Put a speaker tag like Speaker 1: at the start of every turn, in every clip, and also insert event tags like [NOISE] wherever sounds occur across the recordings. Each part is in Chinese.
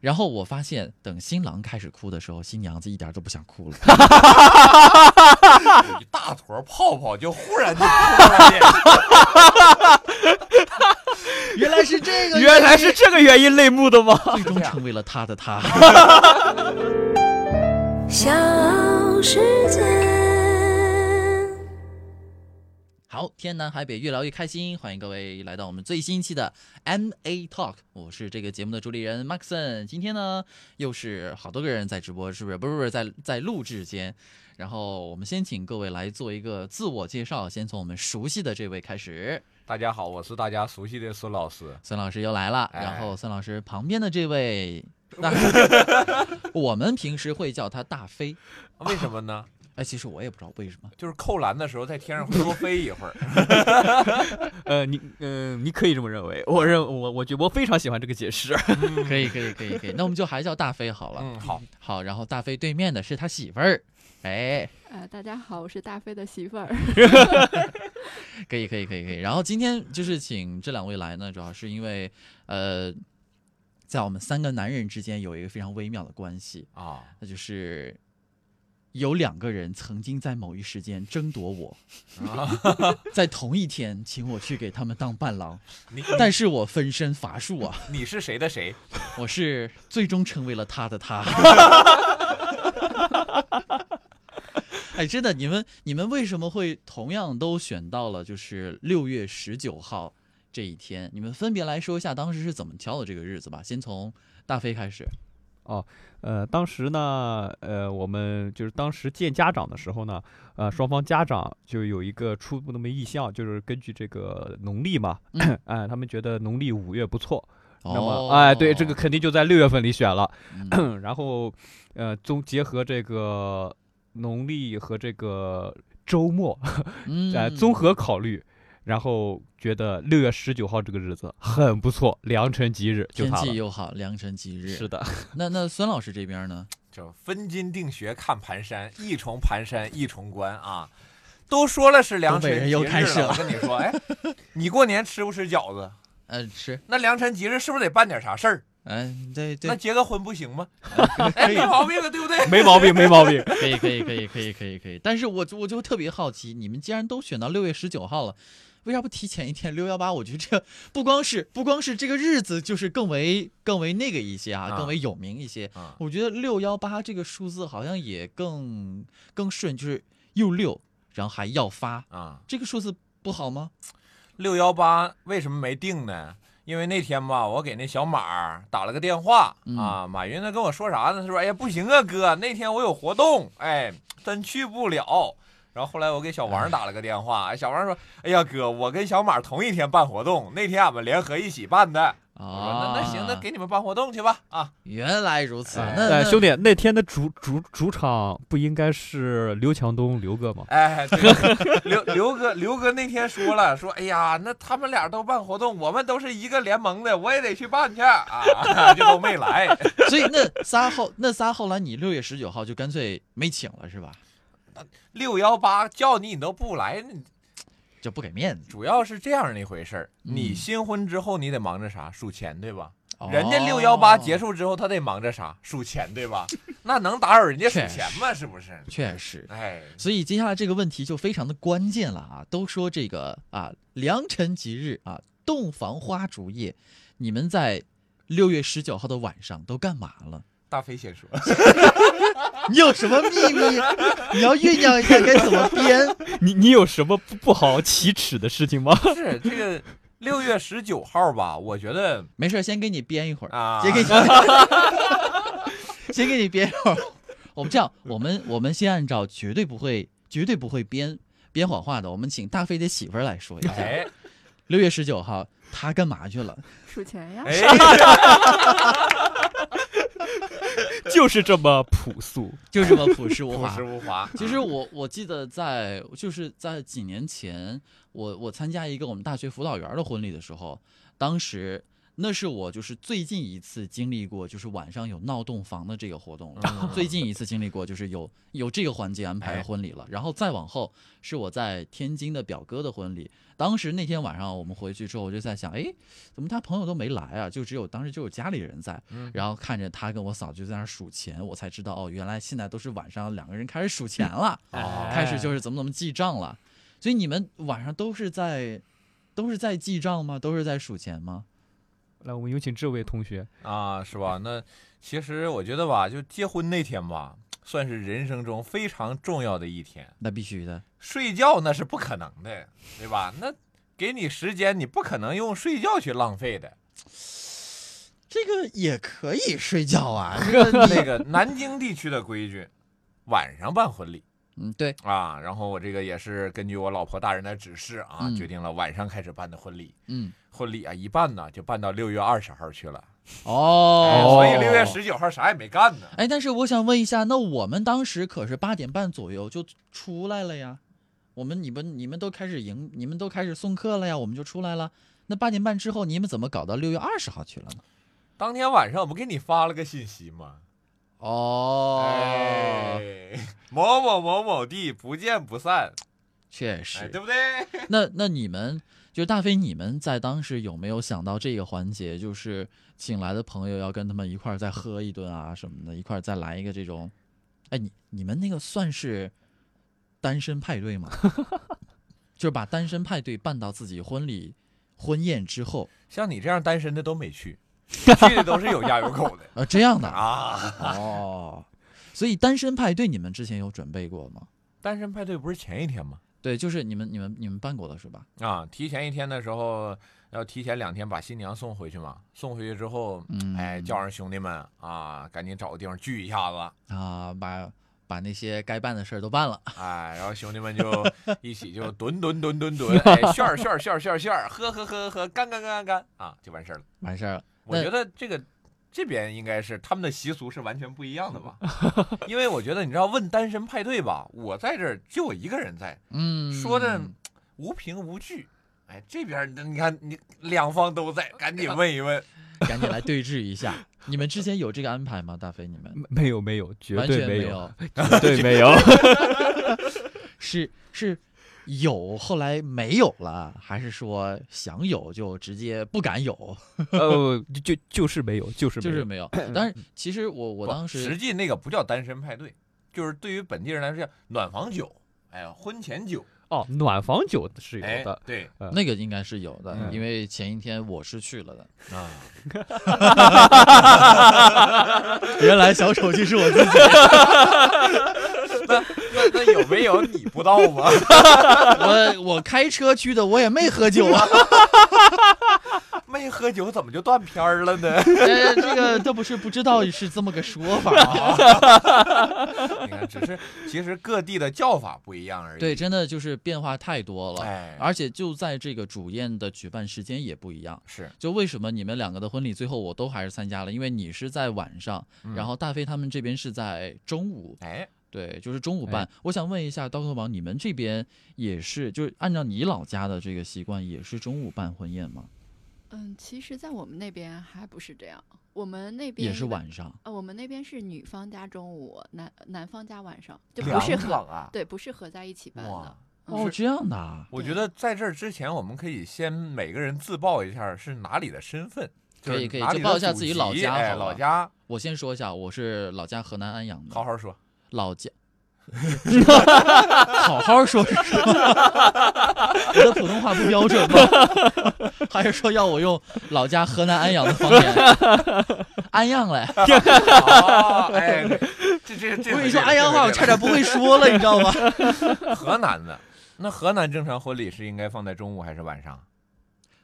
Speaker 1: 然后我发现，等新郎开始哭的时候，新娘子一点都不想哭了。
Speaker 2: 一大坨泡泡就忽然
Speaker 1: [LAUGHS]
Speaker 2: 就扑上脸上，
Speaker 1: [LAUGHS] 原来是这个，
Speaker 3: 原来是这个原因泪目的吗？
Speaker 1: 最终成为了他的他。 [LAUGHS]
Speaker 4: 小世界。
Speaker 1: 好，天南海北，越聊越开心，欢迎各位来到我们最新一期的 M A Talk，我是这个节目的主理人 Maxon。今天呢，又是好多个人在直播，是不是？不是不是，在在录制间。然后我们先请各位来做一个自我介绍，先从我们熟悉的这位开始，
Speaker 2: 大家好，我是大家熟悉的孙老师。
Speaker 1: 孙老师又来了。
Speaker 2: 哎
Speaker 1: 然后孙老师旁边的这位，
Speaker 2: [LAUGHS]
Speaker 1: 那我们平时会叫他大飞。
Speaker 2: 啊为什么呢？
Speaker 1: 哎，其实我也不知道为什么。
Speaker 2: 就是扣篮的时候在天上会多飞一会儿。
Speaker 3: 呃，你嗯、你可以这么认为，我认我我觉我非常喜欢这个解释。 [LAUGHS]
Speaker 1: 可以可以可以可以，那我们就还叫大飞好了。
Speaker 2: 嗯，好，
Speaker 1: 好，然后大飞对面的是他媳妇儿，哎，
Speaker 5: 呃，大家好，我是大飞的媳妇儿。
Speaker 1: 可以可以可以可以。然后今天就是请这两位来呢，主要是因为呃，在我们三个男人之间有一个非常微妙的关系，
Speaker 2: 啊，
Speaker 1: 那就是有两个人曾经在某一时间争夺我，在同一天请我去给他们当伴郎，
Speaker 2: 你
Speaker 1: 但是我分身乏术啊，
Speaker 2: 你是谁的谁？
Speaker 1: 我是最终成为了他的他。 [LAUGHS] 哎，真的，你们你们为什么会同样都选到了就是六月十九号这一天？你们分别来说一下当时是怎么挑的这个日子吧。先从大飞开始。
Speaker 3: 呃，当时呢，呃，我们就是当时见家长的时候呢，呃，双方家长就有一个初步那么意向，就是根据这个农历嘛，哎、
Speaker 1: 嗯
Speaker 3: 他们觉得农历五月不错，那
Speaker 1: 哦
Speaker 3: 么哎，对，这个肯定就在六月份里选了，
Speaker 1: 嗯
Speaker 3: [COUGHS] 然后，呃，综结合这个农历和这个周末，
Speaker 1: 嗯
Speaker 3: 呃，综合考虑。然后觉得六月十九号这个日子很不错，良辰吉日，就
Speaker 1: 天
Speaker 3: 它
Speaker 1: 气
Speaker 3: 了。
Speaker 1: 又好，良辰吉日。
Speaker 3: 是的，
Speaker 1: 那那孙老师这边呢？
Speaker 2: 就分金定穴看盘山，一重盘山一重关啊。都说了是良
Speaker 1: 东北
Speaker 2: 辰
Speaker 1: 人
Speaker 2: 吉
Speaker 1: 又开
Speaker 2: 日
Speaker 1: 始
Speaker 2: 了，
Speaker 1: 了
Speaker 2: 我跟你说，哎，你过年吃不吃饺子？
Speaker 1: 呃，吃，
Speaker 2: 那良辰吉日是不是得办点啥事儿？
Speaker 1: 哎，对
Speaker 2: 那
Speaker 1: 对，
Speaker 2: 结个婚不行吗？哎，
Speaker 1: [LAUGHS] 可以
Speaker 2: 没毛病啊，对不对？
Speaker 3: 没毛病，没毛
Speaker 1: [LAUGHS]
Speaker 3: 病。
Speaker 1: 可以可以可以可以可以可以，但是我就我就特别好奇，你们既然都选到六月十九号了，为啥不提前一天六幺八？我觉得这不光是不光是这个日子，就是更为更为那个一些啊，
Speaker 2: 啊
Speaker 1: 更为有名一些。
Speaker 2: 啊
Speaker 1: 我觉得六幺八这个数字好像也更更顺，就是又六，然后还要发，
Speaker 2: 啊，
Speaker 1: 这个数字不好吗？
Speaker 2: 六幺八为什么没定呢？因为那天吧，我给那小马儿打了个电话、
Speaker 1: 嗯
Speaker 2: 啊，马云呢跟我说啥呢？他说：“哎呀，不行啊，哥，那天我有活动，哎，真去不了。”然后后来我给小王打了个电
Speaker 1: 嗯
Speaker 2: 话，哎，小王说：“哎呀，哥，我跟小马同一天办活动，那天俺们联合一起办的。”我说：“
Speaker 1: 啊，
Speaker 2: 哦那那行，那给你们办活动去吧。”啊，
Speaker 1: 原来如此，
Speaker 3: 哎
Speaker 1: 那
Speaker 3: 哎，
Speaker 1: 那
Speaker 3: 兄弟，那天的主主主场不应该是刘强东刘哥吗？ [LAUGHS]
Speaker 2: 哎，对
Speaker 1: [LAUGHS]
Speaker 2: 刘刘哥，刘哥那天说了，说哎呀，那他们俩都办活动，我们都是一个联盟的，我也得去办去啊， [LAUGHS] 就都没来。
Speaker 1: [LAUGHS] 所以那仨后那仨后来你六月十九号就干脆没请了是吧？
Speaker 2: 六幺八叫你，你都不来，你
Speaker 1: 就不给面子，
Speaker 2: 主要是这样的一回事儿。
Speaker 1: 嗯哦
Speaker 2: 你新婚之后，你得忙着啥？数钱，对吧？ [LAUGHS] 人家六幺八结
Speaker 1: 束。
Speaker 2: 束之后，他得忙着啥？数钱，
Speaker 1: [LAUGHS]
Speaker 2: 对吧？那能打扰人家数
Speaker 1: 确实
Speaker 2: 钱吗？是不是？
Speaker 1: 确实。
Speaker 2: 哎，
Speaker 1: 所以接下来这个问题就非常的关键了啊！都说这个啊，良辰吉日啊，洞房花烛夜，你们在六月十九号的晚上都干嘛了？
Speaker 2: 大飞先说，
Speaker 1: 你有什么秘密？你要酝酿一下该怎么编？
Speaker 3: 你你有什么不不好启齿的事情吗？ [LAUGHS]
Speaker 2: 是这个六月十九号吧？我觉得
Speaker 1: 没事儿，先给你编一会儿，
Speaker 2: 啊， [LAUGHS]
Speaker 1: 先给你，先给你编一会儿。我们这样，我们我们先按照绝对不会绝对不会编编谎话的，我们请大飞的媳妇儿来说一下。 [LAUGHS]
Speaker 2: 哎
Speaker 1: 六月十九号，他干嘛去了？
Speaker 5: [LAUGHS] 数钱呀，
Speaker 2: 哎。
Speaker 1: [LAUGHS]
Speaker 3: 就是这么朴素。
Speaker 1: 就这么朴实无
Speaker 2: 朴
Speaker 1: 华
Speaker 2: 实。无华。
Speaker 1: 其实我我记得在就是在几年前，我我参加一个我们大学辅导员的婚礼的时候，当时那是我就是最近一次经历过，就是晚上有闹洞房的这个活动了。最近一次经历过，就是有有这个环节安排
Speaker 2: 嗯哎
Speaker 1: 婚礼了。然后再往后是我在天津的表哥的婚礼。当时那天晚上我们回去之后，我就在想，哎，怎么他朋友都没来啊？就只有当时就有家里人在。
Speaker 2: 嗯
Speaker 1: 然后看着他跟我嫂就在那儿数钱，我才知道哦，原来现在都是晚上两个人开始数钱了。
Speaker 2: 哦
Speaker 1: 哎开始就是怎么怎么记账了。所以你们晚上都是在都是在记账吗？都是在数钱吗？
Speaker 3: 来，我们有请这位同学。
Speaker 2: 啊，是吧？那其实我觉得吧，就结婚那天吧，算是人生中非常重要的一天。
Speaker 1: 那必须的，
Speaker 2: 睡觉那是不可能的，对吧？ [LAUGHS] 那给你时间，你不可能用睡觉去浪费
Speaker 1: [LAUGHS]
Speaker 2: 的。
Speaker 1: 这个也可以睡觉 [LAUGHS] 啊。
Speaker 2: 那个南京地区的规矩，晚上办婚礼
Speaker 1: 嗯，对，
Speaker 2: 啊。然后我这个也是根据我老婆大人的指示啊，
Speaker 1: 嗯
Speaker 2: 决定了晚上开始办的婚礼。
Speaker 1: 嗯，
Speaker 2: 婚礼啊，一办呢就办到六月二十号去了，哎
Speaker 1: 哦，
Speaker 2: 所以六月。十九号啥也没干呢。
Speaker 1: 哎，但是我想问一下，那我们当时可是八点半左右就出来了呀，我们你们你们都开始迎，你们都开始送客了呀，我们就出来了。那八点半之后，你们怎么搞到六月二十号去了呢？
Speaker 2: 当天晚上我不给你发了个信息吗？
Speaker 1: 哦，
Speaker 2: 哎，某某某某地不见不散，
Speaker 1: 确
Speaker 2: 哎，
Speaker 1: 实，
Speaker 2: 对不对？
Speaker 1: 那那你们就是大飞，你们在当时有没有想到这个环节，就是请来的朋友要跟他们一块儿再喝一顿啊什么的，一块儿再来一个这种？哎，你你们那个算是单身派对吗？ [LAUGHS] 就是把单身派对办到自己婚礼婚宴之后，
Speaker 2: 像你这样单身的都
Speaker 1: [LAUGHS]
Speaker 2: 没去，去的都是有家有口的
Speaker 1: 呃，这样的
Speaker 2: [LAUGHS]
Speaker 1: 啊
Speaker 2: 啊。
Speaker 1: 哦。所以单身派对你们之前有准备过吗？
Speaker 2: 单身派对不是前一天吗？
Speaker 1: 对，就是你们你们你们办过的是吧？
Speaker 2: 啊，提前一天的时候，要提前两天把新娘送回去嘛。送回去之后，
Speaker 1: 嗯
Speaker 2: 哎，叫上兄弟们啊，赶紧找个地方聚一下
Speaker 1: [LAUGHS]
Speaker 2: 子。
Speaker 1: 啊，把把那些该办的事儿都办了。
Speaker 2: 哎，然后兄弟们
Speaker 1: [LAUGHS]
Speaker 2: 就一起就蹲蹲蹲蹲蹲，哎，炫儿炫儿炫儿炫儿炫儿，喝喝喝喝，干干干干干啊，就完事儿了。
Speaker 1: 完事儿了。
Speaker 2: 我
Speaker 1: 那
Speaker 2: 觉得这个这边应该是他们的习俗是完全不一样
Speaker 1: [LAUGHS]
Speaker 2: 的吧，因为我觉得你知道问单身派对吧，我在这儿就我一个人在，
Speaker 1: 嗯，
Speaker 2: 说的
Speaker 3: [LAUGHS]
Speaker 2: 无凭无据。哎，这边儿你看你两方都在，赶紧问一问。
Speaker 1: 赶紧来对峙一下。你们之前有这个安排吗？大飞，你们
Speaker 3: 没有没有，嗯绝
Speaker 1: 完
Speaker 3: 对
Speaker 1: 全
Speaker 3: 没有，
Speaker 1: 有，
Speaker 3: 绝对
Speaker 1: [LAUGHS]
Speaker 3: 没有。
Speaker 1: 是是有，后来没有了，还是说想有就直接不敢有，
Speaker 3: 呃，就就就是没有，就是
Speaker 1: 就
Speaker 3: 没
Speaker 1: 是
Speaker 3: 有。 [COUGHS]
Speaker 1: 没有。但是其实我我
Speaker 2: 不
Speaker 1: 当
Speaker 2: 实
Speaker 1: 时
Speaker 2: 际那个不叫单身派对，就是对于本地人来说叫暖房酒，哎呀，婚前酒，
Speaker 3: 哦，暖房酒是有
Speaker 2: 哎
Speaker 3: 的，，
Speaker 2: 对
Speaker 1: 那个应该是有的，
Speaker 3: 嗯
Speaker 1: 因为前一天我是去了的。
Speaker 2: 啊，
Speaker 1: 原来小丑就是我自己。
Speaker 2: 那那有没有你不到吗？ [LAUGHS]
Speaker 3: [LAUGHS]
Speaker 1: 我我开车去的，我也没喝酒啊。
Speaker 2: 没喝酒怎么就断片儿了
Speaker 1: [LAUGHS]
Speaker 2: 呢？
Speaker 1: 呃这个这不是不知道是这么个说法啊。
Speaker 2: 你看，只是其实各地的叫法不一样而已。
Speaker 1: 对，真的就是变化太多了。
Speaker 2: 哎，
Speaker 1: 而且就在这个主宴的举办时间也不一样。
Speaker 2: 是，
Speaker 1: 就为什么你们两个的婚礼最后我都还是参加了？因为你是在晚上，
Speaker 2: 嗯
Speaker 1: 然后大飞他们这边是在中午，
Speaker 2: 哎，
Speaker 1: 对，就是中午办。我想问一下刀客王，你们这边也是，就是按照你老家的这个习惯，也是中午办婚宴吗？
Speaker 5: 嗯，其实，在我们那边还不是这样，我们那边
Speaker 1: 也是
Speaker 5: 一般。
Speaker 1: 晚上？
Speaker 5: 呃，我们那边是女方加中午，男男方加晚上，就不
Speaker 2: 两
Speaker 5: 是合
Speaker 2: 场啊，
Speaker 5: 对，不是合在一起办
Speaker 2: 哇
Speaker 5: 的。！嗯
Speaker 1: 哦，这样的啊。
Speaker 2: 我觉得在这儿之前，我们可以先每个人自报一下是哪里的身份，就
Speaker 1: 可
Speaker 2: 是
Speaker 1: 以可以
Speaker 2: 哪里
Speaker 1: 就
Speaker 2: 的
Speaker 1: 报一下
Speaker 2: 祖
Speaker 1: 自己老
Speaker 2: 籍
Speaker 1: 家
Speaker 2: 哎，
Speaker 1: 好吧嗯
Speaker 2: 老家，
Speaker 1: 我先说一下，我是老家河南安阳的，
Speaker 2: 好
Speaker 1: [LAUGHS]
Speaker 2: 好说。
Speaker 1: 老家，好好说是什么？我的普通话不标准吗？
Speaker 2: [LAUGHS]
Speaker 1: 还是说要我用老家河南安阳的方言？安阳嘞，
Speaker 2: 哦哎，对这这这，
Speaker 1: 我跟你说
Speaker 2: 这
Speaker 1: 安阳话，我差。点不会说了，你知道吗？
Speaker 2: 这河南的，那河南正常婚礼是应该放在中午还是晚上？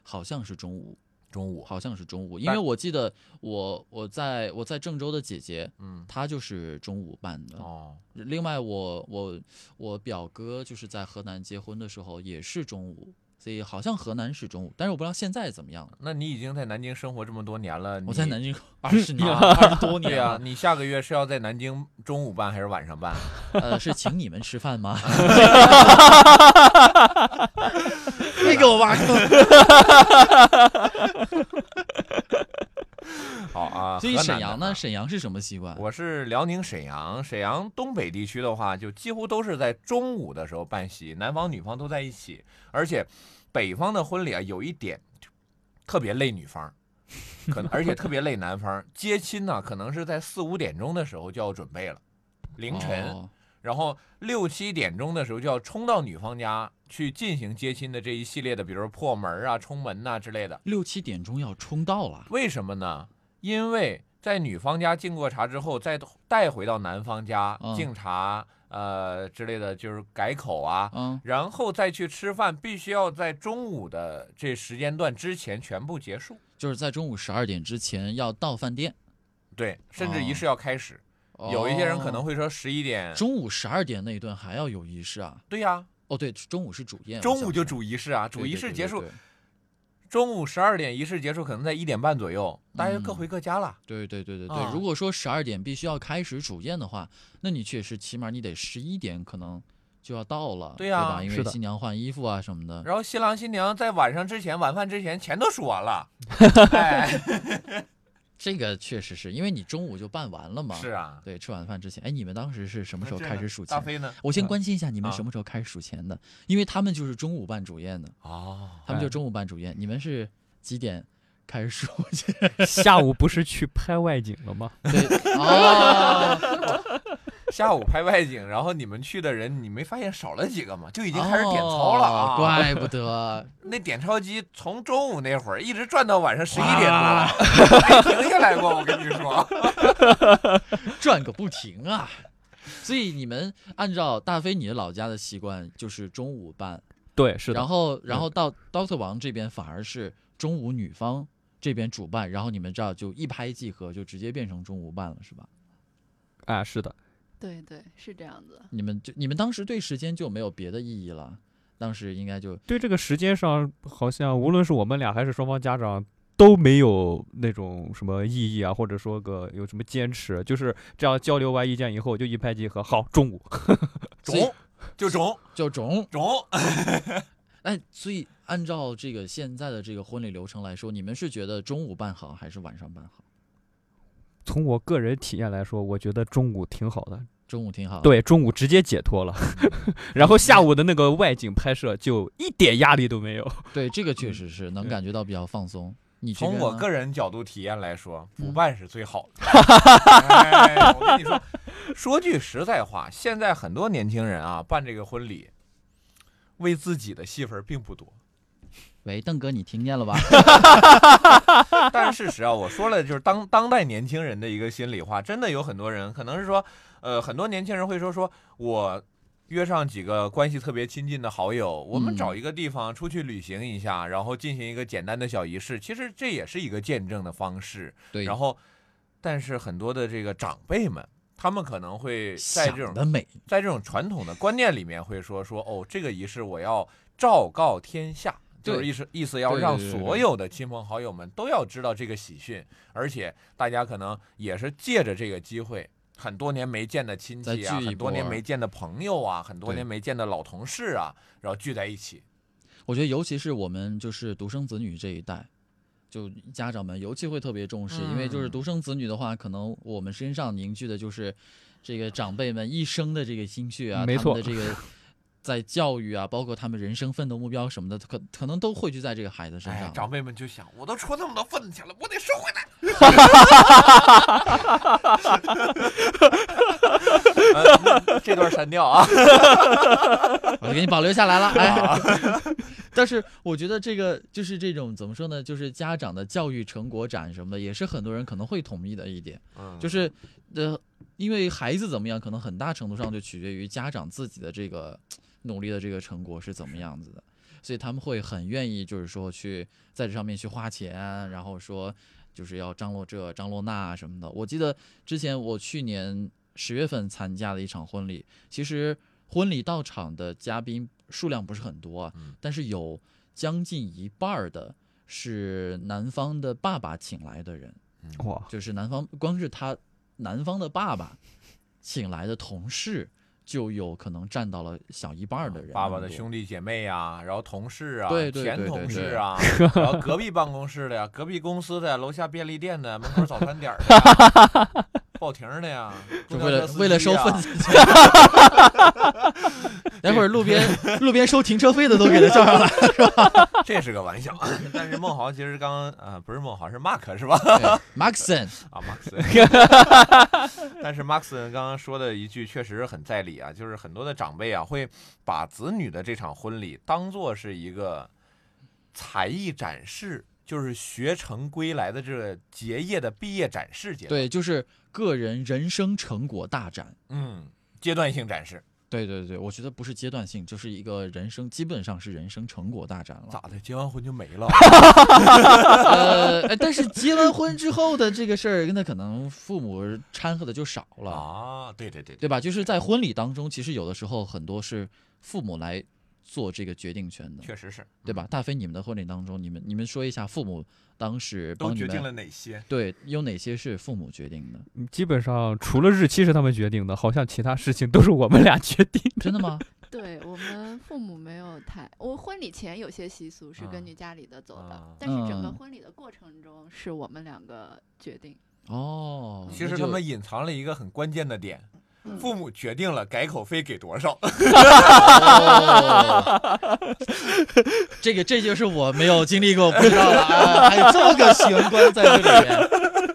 Speaker 1: 好像是中午，
Speaker 2: 中午。
Speaker 1: 好像是中午，因
Speaker 2: 但
Speaker 1: 为我记得我我在我在郑州的姐姐，
Speaker 2: 嗯，
Speaker 1: 她就是中午办的。
Speaker 2: 哦，
Speaker 1: 另外我我我表哥就是在河南结婚的时候也是中午，所以好像河南是中午，但是我不知道现在怎么样了。
Speaker 2: 那你已经在南京生活这么多年了，
Speaker 1: 我在
Speaker 2: 你
Speaker 1: 南京二
Speaker 2: [LAUGHS]
Speaker 1: 十年了，二十多
Speaker 2: 对
Speaker 1: 年
Speaker 2: 啊呀、
Speaker 1: 了。
Speaker 2: 你下个月是要在南京中午办还是晚上办？ [LAUGHS]
Speaker 1: 呃，是请你们吃饭吗？没给我挖坑。
Speaker 2: 好啊。
Speaker 1: 所以
Speaker 2: 河南
Speaker 1: 沈
Speaker 2: 的
Speaker 1: 阳
Speaker 2: 啊
Speaker 1: 呢？沈阳是什么习惯？
Speaker 2: 我是辽宁沈阳，沈阳东北地区的话，就几乎都是在中午的时候办席，男方女方都在一起，而且北方的婚礼啊，有一点就特别累女方，可能而且特别累男方。接亲呢、可能是在四五点钟的时候就要准备了，凌晨，
Speaker 1: 哦
Speaker 2: 然后六七点钟的时候就要冲到女方家去进行接亲的这一系列的，比如说破门啊、冲门呐、之类的。
Speaker 1: 六七点钟要冲到了。
Speaker 2: 为什么呢？因为在女方家敬过茶之后，再带回到男方家
Speaker 1: 嗯
Speaker 2: 敬茶，呃之类的，就是改口啊，
Speaker 1: 嗯，
Speaker 2: 然后再去吃饭，必须要在中午的这时间段之前全部结束。
Speaker 1: 就是在中午十二点之前要到饭店。
Speaker 2: 对，甚至
Speaker 1: 哦
Speaker 2: 仪式要开始。有一些人可能会说十一点
Speaker 1: 哦，中午十二点那一顿还要有仪式啊。
Speaker 2: 对呀、
Speaker 1: 哦，对，中午是主宴，
Speaker 2: 中午就
Speaker 1: 我
Speaker 2: 主仪式啊，
Speaker 1: 想起来
Speaker 2: 主仪式结束，
Speaker 1: 对
Speaker 2: 中午十二点仪式结束，可能在一点半左右，大家各
Speaker 1: 嗯
Speaker 2: 回各家了。
Speaker 1: 对对对对对对
Speaker 2: 啊
Speaker 1: 如果说十二点必须要开始主宴的话，那你确实起码你得十一点可能就要到了，
Speaker 2: 对
Speaker 1: 对
Speaker 2: 呀
Speaker 1: 吧？因
Speaker 3: 是
Speaker 1: 为
Speaker 3: 的
Speaker 1: 新娘换衣服啊什么的。
Speaker 2: 然后新郎新娘在晚上之前、晚饭之前，钱都数完
Speaker 1: [LAUGHS]
Speaker 2: 了。哎，
Speaker 1: 这个确实是因为你中午就办完了嘛。
Speaker 2: 是。啊，
Speaker 1: 对，吃晚饭之前，哎，你们当时是什
Speaker 2: 什
Speaker 1: 么时候开始数
Speaker 2: 大
Speaker 1: 钱？
Speaker 2: 飞呢？
Speaker 1: 我先
Speaker 3: 嗯
Speaker 1: 关心一下你们
Speaker 2: 啊
Speaker 1: 什么时候开始数钱的，因为他们就是中午办主宴的，
Speaker 2: 哦，
Speaker 1: 他们就
Speaker 3: 哎
Speaker 1: 中午办主宴，你们是几点开始数去？
Speaker 3: 下午不是去拍外景了吗？
Speaker 1: 对， [LAUGHS] 哦，
Speaker 2: 下午拍外景，然后你们去的人，你没发现少了几个吗？就已经开始点钞了啊！
Speaker 1: 哦怪不得，
Speaker 2: 那点钞机从中午那会儿一直转到晚上十一点多
Speaker 1: 啊
Speaker 2: 了，没停下来过。我跟你说，
Speaker 1: 转个不停啊。所以你们按照大飞你的老家的习惯，就是中午办，
Speaker 3: 对，是的。
Speaker 1: 然后然
Speaker 3: 嗯
Speaker 1: 后到 Doctor 王这边反而是中午女方这边主办，然后你们这儿就一拍即合，就直接变成中午办了，是吧？
Speaker 3: 哎，是的，
Speaker 5: 对对，是这样子。
Speaker 1: 你们就你们当时对时间就没有别的意义了，当时应该就
Speaker 3: 对这个时间上，好像无论是我们俩还是双方家长。都没有那种什么异议啊，或者说个有什么坚持，就是这样交流完意见以后就一拍即合。好，中午
Speaker 1: [LAUGHS] 所以
Speaker 2: 中就中
Speaker 1: 就中
Speaker 2: 中，
Speaker 1: 哎，所以按照这个现在的这个婚礼流程来说，你们是觉得中午办好还是晚上办好？
Speaker 3: 从我个人体验来说，我觉得中午挺好的。
Speaker 1: 中午挺好。，
Speaker 3: 对，中午直接解脱了， [LAUGHS] 然后下午的那个外景拍摄就一点压力都没有。
Speaker 1: 对，这个
Speaker 3: 嗯
Speaker 1: 确实是能
Speaker 3: 对
Speaker 1: 感觉到比较放松。你这
Speaker 2: 从
Speaker 1: 边
Speaker 2: 我
Speaker 1: 呢
Speaker 2: 个人角度体验来说，
Speaker 1: 嗯
Speaker 2: 不办是最好
Speaker 1: [LAUGHS]
Speaker 2: 的。哎我跟你说，说句实在话，现在很多年轻人啊，办这个婚礼，为自己的戏份并不多。
Speaker 1: 喂，邓哥，你听见了
Speaker 2: [LAUGHS]
Speaker 1: 吧？ [LAUGHS]
Speaker 2: 但是事实啊，我说了，就是当当代年轻人的一个心里话，真的有很多人可能是说，呃，很多年轻人会说，说我约上几个关系特别亲近的好友，我们
Speaker 1: 嗯
Speaker 2: 找一个地方出去旅行一下，然后进行一个简单的小仪式，其实这也是一个见证的方式。
Speaker 1: 对，
Speaker 2: 然后，但是很多的这个长辈们。他们可能会在这
Speaker 1: 想
Speaker 2: 种
Speaker 1: 得美，
Speaker 2: 在这种传统的观念里面，会说说哦，这个仪式我要昭告天下，
Speaker 1: 对
Speaker 2: 就是意思意思要
Speaker 1: 对对
Speaker 2: 让
Speaker 1: 对对
Speaker 2: 所有的亲朋好友们都要知道这个喜讯，而且大家可能也是借着这个机会。很多年没见的亲戚啊，
Speaker 1: 再聚一
Speaker 2: 很多年
Speaker 1: 波
Speaker 2: 没见的朋友啊，很多
Speaker 1: 对
Speaker 2: 年没见的老同事啊，然后聚在一起。
Speaker 1: 我觉得尤其是我们就是独生子女这一代，就家长们尤其会特别重视，因为就是
Speaker 2: 嗯
Speaker 1: 独生子女的话，可能我们身上凝聚的就是这个长辈们一生的这个心血啊，
Speaker 3: 没
Speaker 1: 他们的
Speaker 3: 错
Speaker 1: 这个
Speaker 3: [LAUGHS]
Speaker 1: 在教育啊，包括他们人生奋斗目标什么的，可可能都汇聚在这个孩子身
Speaker 2: 哎
Speaker 1: 上，。
Speaker 2: 长辈们就想，我都出那么多份钱了，我得收回
Speaker 1: [LAUGHS]
Speaker 2: 来。呃这段删掉啊。
Speaker 1: [LAUGHS] 我就给你保留下
Speaker 2: [LAUGHS]
Speaker 1: 来了。哎， [LAUGHS] 但是我觉得这个就是这种怎么说呢，就是家长的教育成果展什么的，也是很多人可能会同意的一点，
Speaker 2: 嗯
Speaker 1: 就是呃，因为孩子怎么样，可能很大程度上就取决于家长自己的这个努力的这个成果是怎么样子的。所以他们会很愿意，就是说去在这上面去花钱，然后说就是要张罗这张罗那什么的。我记得之前我去年十月份参加的一场婚礼，其实婚礼到场的嘉宾数量不是很多啊，
Speaker 2: 嗯
Speaker 1: 但是有将近一半儿的是男方的爸爸请来的人，
Speaker 3: 哇，
Speaker 1: 就是男方光是他男方的爸爸请来的同事就有可能占到了小一半儿的人那么多。
Speaker 2: 啊爸爸的兄弟姐妹呀，然后同事啊，
Speaker 1: 对对对
Speaker 2: 前
Speaker 1: 对
Speaker 2: 同
Speaker 1: 对
Speaker 2: 事
Speaker 1: [LAUGHS]
Speaker 2: 啊，然后隔壁办公室的呀，隔壁公司的呀，楼下便利店的，门口早餐点儿的呀，
Speaker 1: [LAUGHS]
Speaker 2: 报亭儿的呀，
Speaker 1: 就为
Speaker 2: 公交
Speaker 1: 了
Speaker 2: 车司
Speaker 1: 为了
Speaker 2: 机
Speaker 1: 收
Speaker 2: 啊呀
Speaker 1: 份子
Speaker 2: [LAUGHS]
Speaker 1: 钱，待会儿路边路边收停车费的都给他叫
Speaker 2: [LAUGHS]
Speaker 1: 上来。
Speaker 2: 这是个玩笑。 [COUGHS] 但是孟豪其实刚啊、不是孟豪，是 Mark 是吧？
Speaker 1: 哎 Maxon，
Speaker 2: 啊，Max。但是 Max [LAUGHS] 刚刚说的一句确实很在理啊，就是很多的长辈啊会把子女的这场婚礼当做是一个才艺展示，就是学成归来的这个结业的毕业展示阶段，
Speaker 1: 对，就是个人人生成果大展。
Speaker 2: 嗯，阶段性展示。
Speaker 1: 对对对，我觉得不是阶段性，就是一个人生，基本上是人生成果大展
Speaker 2: 咋
Speaker 1: 了。
Speaker 2: 的？结完婚就没
Speaker 1: [LAUGHS]
Speaker 2: 了？
Speaker 1: 呃，哎但是结完婚之后的这个事儿，那可能父母掺和的就少了，
Speaker 2: 啊，对对对对，
Speaker 1: 对吧？就是在婚礼当中，其实有的时候很多是父母来做这个决定权的，
Speaker 2: 确实是，
Speaker 1: 对吧？大飞，你们的婚礼当中，你们你们说一下，父母当时
Speaker 2: 都
Speaker 1: 帮你
Speaker 2: 决
Speaker 1: 们
Speaker 2: 定了哪些？
Speaker 1: 对，有哪些是父母决定的？
Speaker 3: 嗯基本上除了日期是他们决定的，好像其他事情都是我们俩决定的。
Speaker 1: 真的
Speaker 2: [LAUGHS]
Speaker 1: 吗？
Speaker 5: 对我们父母没有太，我婚礼前有些习俗是根据家里的走的，
Speaker 2: 啊
Speaker 5: 但是整个
Speaker 1: 嗯
Speaker 5: 婚礼的过程中是我们两个决定。
Speaker 1: 哦，
Speaker 2: 其
Speaker 1: 那
Speaker 2: 实
Speaker 1: 就嗯
Speaker 2: 他
Speaker 1: [LAUGHS]
Speaker 2: 们隐藏了一个很关键的点，
Speaker 5: 嗯
Speaker 2: 父母决定了改口费给多少。
Speaker 1: 哦， [LAUGHS] 这个这就是我没有经历过，不知道了啊，还有这么个玄关在这里面。 [LAUGHS]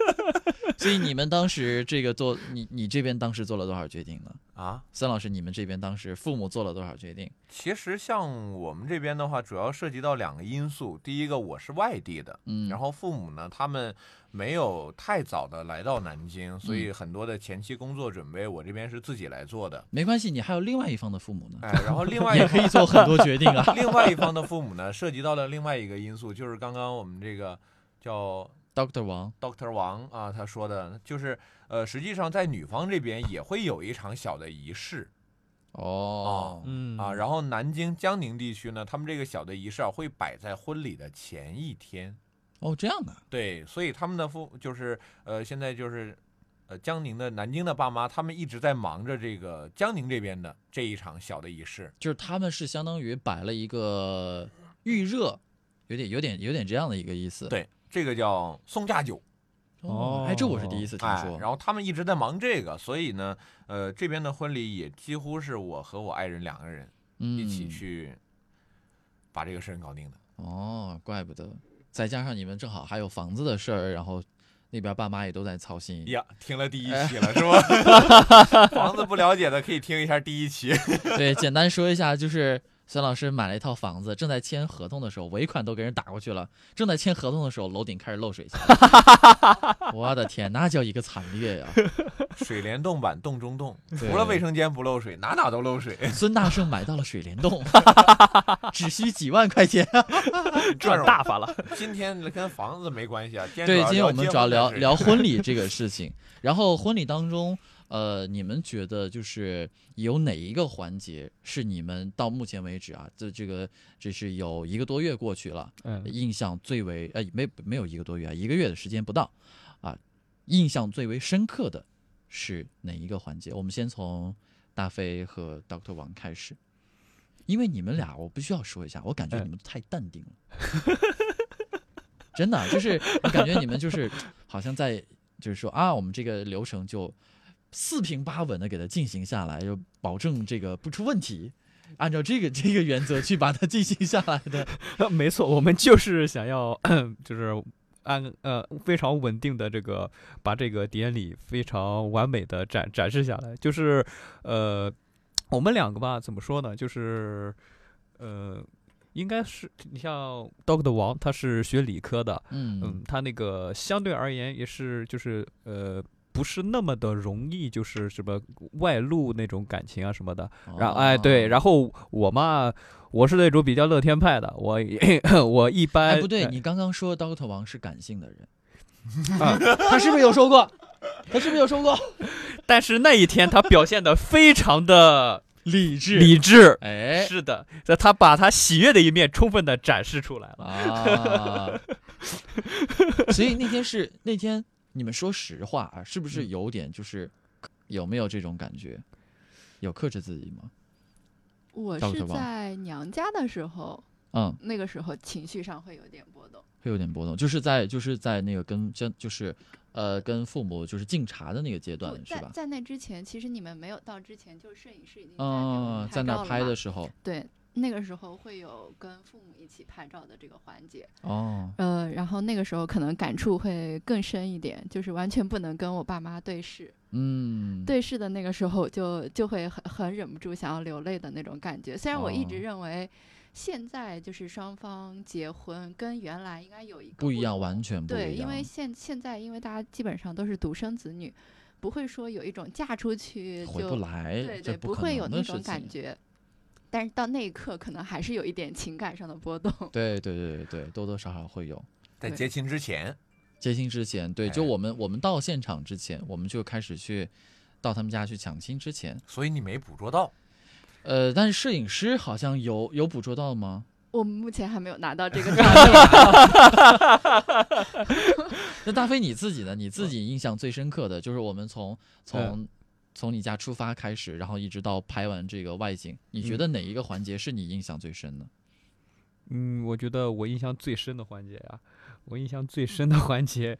Speaker 1: 所以你们当时这个做，你你这边当时做了多少决定呢？ [LAUGHS]
Speaker 2: 啊，
Speaker 1: 孙老师，你们这边当时父母做了多少决定？
Speaker 2: 其实像我们这边的话，主要涉及到两个因素。第一个，我是外地的，
Speaker 1: 嗯，
Speaker 2: 然后父母呢，他们没有太早的来到南京，所
Speaker 1: 嗯
Speaker 2: 以很多的前期工作准备，我这边是自己来做
Speaker 1: [LAUGHS]
Speaker 2: 的。
Speaker 1: 没关系，你还有另外一方的父母呢， [LAUGHS]
Speaker 2: 哎，然后另外一
Speaker 1: 也可以做很多决定啊。
Speaker 2: 另外一方的父母呢，涉及到了另外一个因素，就是刚刚我们这个叫
Speaker 1: Doctor 王，
Speaker 2: [LAUGHS] Doctor 王啊，他说的就是，呃，实际上在女方这边也会有一场小的仪式
Speaker 1: 哦，
Speaker 3: 嗯
Speaker 2: 啊，然后南京江宁地区呢，他们这个小的仪式啊会摆在婚礼的前一天，
Speaker 1: 哦，这样啊，
Speaker 2: 对，所以他们的父就是呃，现在就是。呃，江宁的南京的爸妈，他们一直在忙着这个江宁这边的这一场小的仪式，
Speaker 1: 就是他们是相当于摆了一个预热，有点有点有点这样的一个意思。
Speaker 2: 对，这个叫送嫁酒，
Speaker 1: 哦，哎，这我是第一次听
Speaker 2: 哎
Speaker 1: 说。，
Speaker 2: 然后他们一直在忙这个，所以呢，呃，这边的婚礼也几乎是我和我爱人两个人一起
Speaker 1: 嗯
Speaker 2: 去把这个事儿搞定的。
Speaker 1: 哦，怪不得，再加上你们正好还有房子的事儿，然后那边爸妈也都在操心。
Speaker 2: 呀，听了第一
Speaker 1: 哎
Speaker 2: 期了是吧？ [LAUGHS] 房子不了解的可以听一下第一期。 [LAUGHS]
Speaker 1: 对，简单说一下，就是孙老师买了一套房子，正在签合同的时候，尾款都给人打过去了，正在签合同的时候，楼顶开始漏
Speaker 2: [LAUGHS]
Speaker 1: 水下来我的天，那叫一个惨烈
Speaker 2: [LAUGHS]
Speaker 1: 呀、
Speaker 2: 水帘洞版洞中洞，
Speaker 1: 对
Speaker 2: 除了卫生间不漏水，哪哪都
Speaker 1: [LAUGHS]
Speaker 2: 漏水。
Speaker 1: 孙大圣买到了水帘
Speaker 2: [LAUGHS]
Speaker 1: 洞，只需几万块钱。
Speaker 3: 赚大发
Speaker 2: [LAUGHS]
Speaker 3: 了。
Speaker 1: [LAUGHS]
Speaker 2: 今天跟房子没关系啊，今天
Speaker 1: 对，
Speaker 2: 主要
Speaker 1: 今天我们
Speaker 2: 结
Speaker 1: 主要
Speaker 2: 婚的
Speaker 1: 聊
Speaker 2: 事
Speaker 1: 聊婚礼这个事情。然后婚礼当中，呃，你们觉得就是有哪一个环节是你们到目前为止啊，这这个这是有一个多月过去了，
Speaker 3: 嗯，
Speaker 1: 印象最为呃没没有一个多月啊，一个月的时间不到啊，印象最为深刻的是哪一个环节？我们先从大飞和 Doctor 王开始。因为你们俩，我必须要说一下，我感觉
Speaker 3: 嗯
Speaker 1: 你们太淡定了，真的啊就是我感觉你们就是好像在就是说啊，我们这个流程就四平八稳的给它进行下来，就保证这个不出问题，按照这个这个原则去把它进行下来的。
Speaker 3: [LAUGHS] 没错，我们就是想要， [CLEARS THROAT] 就是按呃非常稳定的这个把这个典礼非常完美的展展示下来，就是呃我们两个吧，怎么说呢，就是呃。应该是你像 Dog 的王，他是学理科的，
Speaker 1: 嗯
Speaker 3: 嗯，他那个相对而言也是就是呃。不是那么的容易，就是什么外露那种感情啊什么的。然后哎，对，然后我嘛，我是那种比较乐天派的，我我一 [COUGHS]
Speaker 1: 后
Speaker 3: 般
Speaker 1: 哎，不对，
Speaker 3: 哎 [LAUGHS]
Speaker 1: 你刚刚说 Doctor 王是感性的人，
Speaker 3: 啊
Speaker 1: 他是不是有说过？ [LAUGHS] 他是不是有说过？
Speaker 3: 但是那一天他表现的非常的
Speaker 1: 理智，
Speaker 3: 理智，
Speaker 1: 哎
Speaker 3: 是的，那他把他喜悦的一面充分的展示出来了。
Speaker 1: 啊， [LAUGHS] 所以那天是那天，你们说实话啊，是不是有点就是有没有这种感觉？有克制自己吗？
Speaker 5: 我
Speaker 1: 赵
Speaker 5: 是
Speaker 1: 小宝
Speaker 5: 在娘家的时候，
Speaker 1: 嗯，
Speaker 5: 那个时候情绪上会有点波动。
Speaker 1: 会有点波动，就是在就是在那个跟像就是呃跟父母就是敬茶的那个阶段
Speaker 5: 不
Speaker 1: 是
Speaker 5: 在
Speaker 1: 吧？
Speaker 5: 在那之前，其实你们没有到之前，就摄影师已经在给我
Speaker 1: 嗯
Speaker 5: 们，
Speaker 1: 在
Speaker 5: 照
Speaker 1: 那
Speaker 5: 了
Speaker 1: 拍
Speaker 5: 嘛
Speaker 1: 的时候，
Speaker 5: 对，那个时候会有跟父母一起拍照的这个环节，
Speaker 1: 哦，
Speaker 5: 呃，然后那个时候可能感触会更深一点，就是完全不能跟我爸妈对视，
Speaker 1: 嗯，，
Speaker 5: 对视的那个时候就就会很很忍不住想要流泪的那种感觉。虽然我一
Speaker 1: 哦
Speaker 5: 直认为现在就是双方结婚跟原来应该有一个
Speaker 1: 不一样，
Speaker 5: 同
Speaker 1: 完全不一样。
Speaker 5: 对，因为现现在因为大家基本上都是独生子女，不会说有一种嫁出去
Speaker 1: 回
Speaker 5: 就
Speaker 1: 不来，
Speaker 5: 对
Speaker 1: 这
Speaker 5: 对，不
Speaker 1: 可
Speaker 5: 会
Speaker 1: 能
Speaker 5: 有
Speaker 1: 的
Speaker 5: 那
Speaker 1: 事
Speaker 5: 种感
Speaker 1: 情。
Speaker 5: 觉。但是到那一刻，可能还是有一点情感上的波动。 [LAUGHS]
Speaker 1: 对对对对对，多多少少会有。
Speaker 2: 在
Speaker 5: 对
Speaker 2: 结亲之前，
Speaker 1: 接亲之前，对，就
Speaker 2: 哎
Speaker 1: 我们我们到现场之前，我们就开始去到他们家去抢亲之前，
Speaker 2: 所以你没捕捉到。
Speaker 1: 呃，但是摄影师好像有有捕捉到吗？
Speaker 5: 我们目前还没有拿到这
Speaker 1: [LAUGHS]
Speaker 5: 个照片。
Speaker 1: 那大飞你自己呢？你自己印象最深刻的就是我们从从从你家出发开始，然后一直到拍完这个外景，你觉
Speaker 3: 嗯
Speaker 1: 得哪一个环节是你印象最深的？
Speaker 3: 嗯，我觉得我印象最深的环节啊，我印象最深的环节，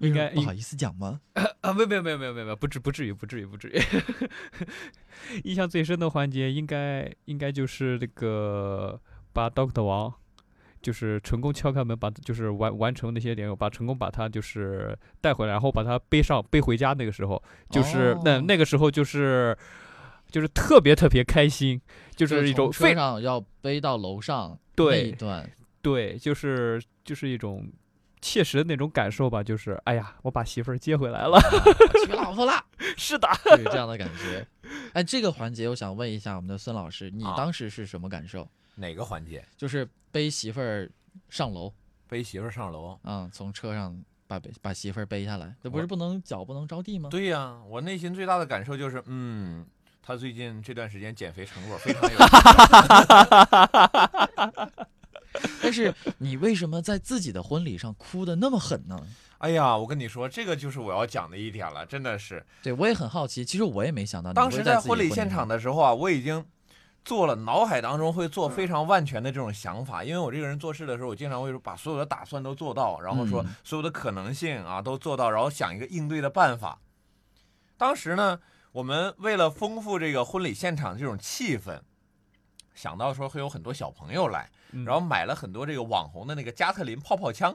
Speaker 3: 应该
Speaker 1: 不好意思讲吗？
Speaker 3: 啊，没有没有没有没有没有，不至不至于不至于不至于。 [LAUGHS] 印象最深的环节应该应该就是那个把 Doctor 王，就是成功敲开门把就是完完成那些点，把成功把他就是带回来，然后把他背上背回家那个时候，就是、那
Speaker 1: 哦
Speaker 3: 那个时候就是就是特别特别开心，就
Speaker 1: 就是
Speaker 3: 一种
Speaker 1: 从车
Speaker 3: 非
Speaker 1: 上要背到楼上那一
Speaker 3: 对
Speaker 2: [LAUGHS]
Speaker 1: 段，
Speaker 3: 对，就是就是一种切实的那种感受吧，就是哎呀，我把媳妇儿接回来了， [LAUGHS]
Speaker 1: 我娶老婆
Speaker 2: [LAUGHS]
Speaker 1: 了，
Speaker 3: 是的。
Speaker 1: 就是这样的感觉。哎，这个环节我想问一下我们的孙老师，你
Speaker 2: 啊
Speaker 1: 当时是什么感受？
Speaker 2: 哪个环节？
Speaker 1: 就是背媳妇儿上楼
Speaker 2: 背媳妇儿上楼。
Speaker 1: 啊、从车上把背把媳妇儿背下来，那不是
Speaker 2: 我
Speaker 1: 不能脚不能着地吗？
Speaker 2: 对呀、我内心最大的感受就是，嗯，他最近这段时间减肥成果非常有。
Speaker 1: 但是你为什么在自己的婚礼上哭的那么狠呢？
Speaker 2: [LAUGHS] 哎呀，我跟你说，这个就是我要讲的一点了，真的是。
Speaker 1: 对我也很好奇，其实我也没想到你
Speaker 2: 当
Speaker 1: 会
Speaker 2: 时
Speaker 1: 在
Speaker 2: 在
Speaker 1: 自己
Speaker 2: 婚
Speaker 1: 婚
Speaker 2: 礼现场
Speaker 1: 的
Speaker 2: 的时候啊，我已经做了脑海当中会
Speaker 1: 嗯
Speaker 2: 做非常万全的这种想法，因为我这个人做事的时候，我经常会把所有的打算都做到，然后说
Speaker 1: 嗯
Speaker 2: 所有的可能性啊都做到，然后想一个应对的办法。当时呢，我们为了丰富这个婚礼现场这种气氛，想到说会有很多小朋友来，
Speaker 3: 嗯
Speaker 2: 然后买了很多这个网红的那个加特林泡
Speaker 1: [LAUGHS]
Speaker 2: 泡枪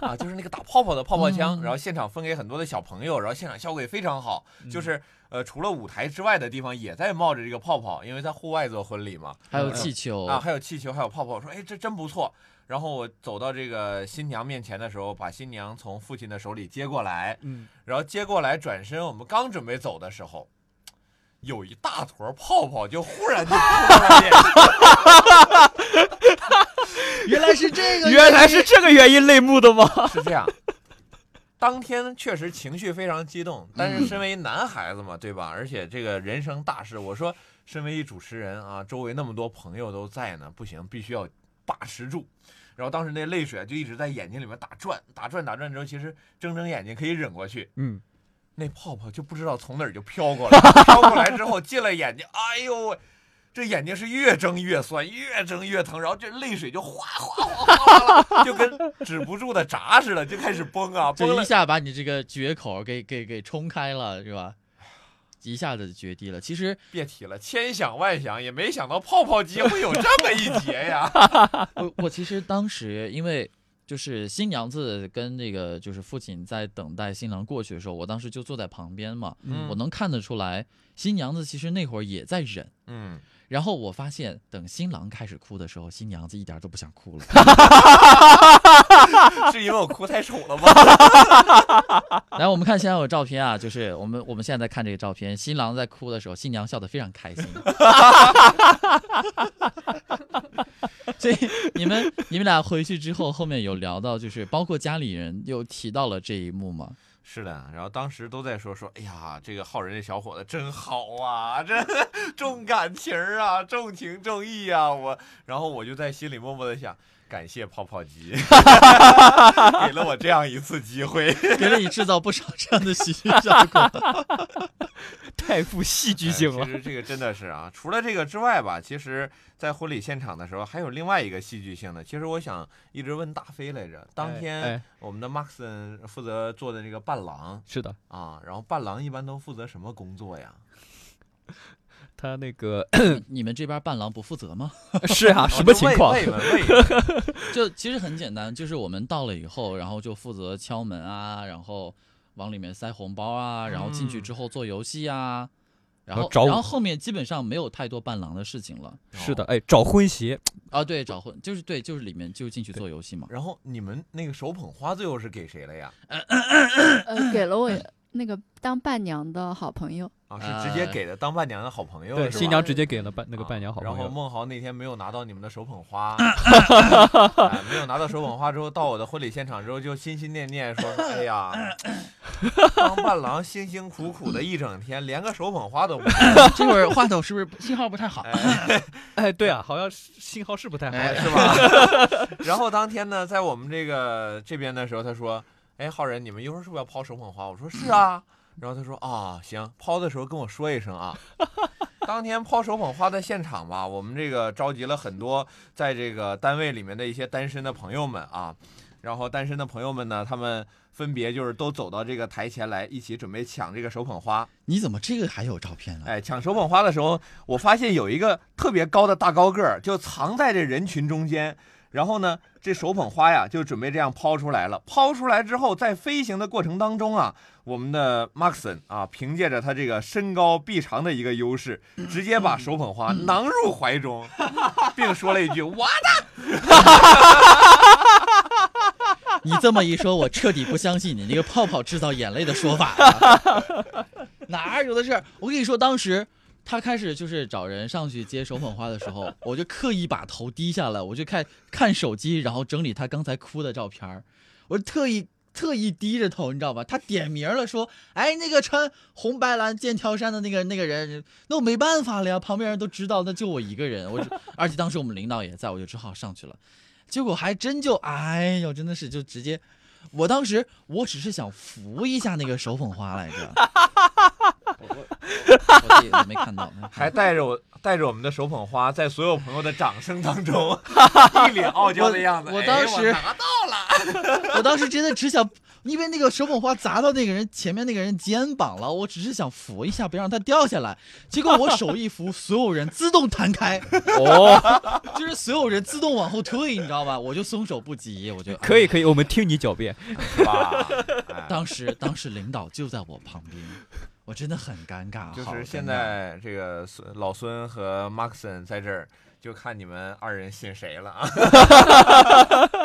Speaker 2: 啊，就是那个打泡泡的泡泡
Speaker 1: 嗯
Speaker 2: 枪，然后现场分给很多的小朋友，然后现场效果也非常好，
Speaker 3: 嗯
Speaker 2: 就是呃除了舞台之外的地方也在冒着这个泡泡，因为在户外做婚礼嘛，
Speaker 1: 还有气球
Speaker 2: 啊，还有气球，还有泡泡，说哎这真不错。然后我走到这个新娘面前的时候，把新娘从父亲的手里接过来，
Speaker 3: 嗯，
Speaker 2: 然后接过来转身，我们刚准备走的时候，有一大坨泡泡就忽然就出来了。
Speaker 1: 原来是这个
Speaker 3: 原来是这个原因泪目的吗？
Speaker 2: 是这样，当天确实情绪非常激动，但是身为男孩子嘛，对吧？而且这个人生大事，我说身为一主持人啊，周围那么多朋友都在呢，不行，必须要把持住。然后当时那泪水就一直在眼睛里面打转，打转，打转之后，其实睁睁眼睛可以忍过去，
Speaker 3: 嗯，
Speaker 2: 那泡泡就不知道从哪儿就飘过来了，飘过来之后进了眼睛，哎呦喂！这眼睛是越睁越酸，越睁越疼，然后这泪水就哗哗哗哗哗了，就跟止不住的闸似的，就开始崩啊，崩
Speaker 1: 这
Speaker 2: 了
Speaker 1: 一下把你这个绝口给给给冲开了，是吧？一下子就决堤了。其实
Speaker 2: 别提了，千想万想也没想到泡泡节会有这么一节
Speaker 1: [LAUGHS]
Speaker 2: 呀！
Speaker 1: 我我其实当时因为就是新娘子跟那个就是父亲在等待新郎过去的时候，我当时就坐在旁边嘛，
Speaker 2: 嗯
Speaker 1: 我能看得出来，新娘子其实那会儿也在忍。 [LAUGHS]
Speaker 2: 嗯，
Speaker 1: 然后我发现，等新郎开始哭的时候，新娘子一点都不想哭了。 [LAUGHS]
Speaker 2: 是因为我哭太丑了
Speaker 1: [LAUGHS]
Speaker 2: 吗？
Speaker 1: 来，我们看现在有照片啊，就是我们我们现在在看这个照片，新郎在哭的时候，新娘笑得非常开心。 [LAUGHS] 所以你们你们俩回去之后，后面有聊到，就是包括家里人有提到了这一幕吗？
Speaker 2: 是的，然后当时都在说说，哎呀，这个浩仁这小伙子真好啊，这 [LAUGHS] 重感情啊，重情重义啊，我，然后我就在心里默默的想，感谢泡泡机， [LAUGHS] 给了我
Speaker 1: [LAUGHS]
Speaker 2: 这样一次机会。
Speaker 1: 给了你制造不少这样的喜剧效果。
Speaker 3: [LAUGHS] 太富戏剧
Speaker 2: 哎
Speaker 3: 性了
Speaker 2: 其。实这个真的是啊，除了这个之外吧，其实，在婚礼现场的时候还有另外一个戏剧性的。其实我想一直问大飞来着，当
Speaker 1: 哎
Speaker 2: 天
Speaker 3: 哎，
Speaker 2: 我们的 Maxon 负责做的这个伴郎
Speaker 3: 是的，
Speaker 2: 啊，然后伴郎一般都负责什么工作
Speaker 3: [LAUGHS]
Speaker 2: 呀？
Speaker 3: 他那
Speaker 2: [LAUGHS]
Speaker 3: 个
Speaker 1: 嗯你们这边伴郎不负责吗？ [LAUGHS]
Speaker 3: 是
Speaker 2: 哦
Speaker 3: 啊，什么情况？
Speaker 2: 问问问一问，
Speaker 1: 就其实很简单，就是我们到了以后，然后就负责敲门啊，然后往里面塞红包啊，然后进去之后做游戏啊，然后
Speaker 3: 然后找
Speaker 1: 然后后面基本上没有太多伴郎的事情了
Speaker 3: [LAUGHS] 是的，哎，找婚鞋，
Speaker 1: 啊。对，找婚就是对，就是里面就进去做游戏嘛。
Speaker 2: 然后你们那个手捧花最后是给谁了呀？
Speaker 5: 呃，给了我那个当伴娘的好朋友，
Speaker 2: 啊，是直接
Speaker 1: 呃
Speaker 2: 给的当伴娘的好朋友
Speaker 3: 对，
Speaker 2: 哦是吧
Speaker 3: 新娘直接给了伴那个伴娘好
Speaker 2: 啊然
Speaker 3: 朋
Speaker 2: 后
Speaker 3: 友。
Speaker 2: 孟豪那天没有拿到你们的手捧花，哎没有拿到手捧花之后，到我的婚礼现场之后就心心念念说说，哎
Speaker 3: [LAUGHS]
Speaker 2: 呀，当伴郎辛辛苦苦的一整天，连个手捧花都没有，
Speaker 1: 这会儿话筒是不是信号不太好？
Speaker 2: 哎，
Speaker 3: [LAUGHS] 哎，对啊，好像是信号是不太好。
Speaker 1: 哎
Speaker 2: 是吧？然后当天呢，在我们这个这边的时候，他说，哎，浩然，你们一会儿是不是要抛手捧花？我说是啊。然后他说啊，行，抛的时候跟我说一声啊。当天抛手捧花的现场吧，我们这个召集了很多在这个单位里面的一些单身的朋友们啊，然后单身的朋友们呢，他们分别就是都走到这个台前来，一起准备抢这个手捧花。
Speaker 1: [LAUGHS] 你怎么这个还有照片啊了？
Speaker 2: 哎，抢手捧花的时候，我发现有一个特别高的大高个儿，就藏在这人群中间。然后呢，这手捧花呀，就准备这样抛出来了。抛出来之后，在飞行的过程当中啊，我们的 Maxon 啊，凭借着他这个身高臂长的一个优势，直接把手捧花
Speaker 1: 嗯
Speaker 2: 囊入怀中，并说了一
Speaker 1: [LAUGHS]
Speaker 2: 句“我
Speaker 1: [LAUGHS] 你这么一说，我彻底不相信你那个泡泡制造眼泪的说法了。哪儿有的是？我跟你说，当时他开始就是找人上去接手捧花的时候，我就刻意把头低下来，我就看看手机，然后整理他刚才哭的照片儿我特意。特意低着头，你知道吧？他点名了，说：“哎，那个穿红白蓝剑条衫的那个那个人，那我没办法了呀，旁边人都知道，那就我一个人。我就，而且当时我们领导也在，我就只好上去了。结果还真就，哎呦，真的是就直接，我当时我只是想扶一下那个手捧花来着，我我我自己没看到，没”，
Speaker 2: 还带着我带着我们的手捧花，在所有朋友的掌声当
Speaker 1: [LAUGHS]
Speaker 2: 中，一脸傲娇的样子。
Speaker 1: 我我
Speaker 2: 哎
Speaker 1: 当时
Speaker 2: 拿到了。
Speaker 1: [LAUGHS] 我当时真的只想，因为那个手捧花砸到那个人前面那个人肩膀了，我只是想扶一下，别让他掉下来。结果我手一
Speaker 3: [LAUGHS]
Speaker 1: 扶，所有人自动弹开，
Speaker 3: 哦，
Speaker 1: 就是所有人自动往后退，你知道吧？我就松手不及，我就啊
Speaker 3: 可以。可以，我们听你狡辩。
Speaker 1: [LAUGHS]
Speaker 2: 是吧？哎
Speaker 1: 当时当时领导就在我旁边，我真的很尴尬。
Speaker 2: 就
Speaker 1: 好尴
Speaker 2: 是现
Speaker 1: 尬
Speaker 2: 在这个孙老孙和 Maxon 在这儿，就看你们二人信谁了啊！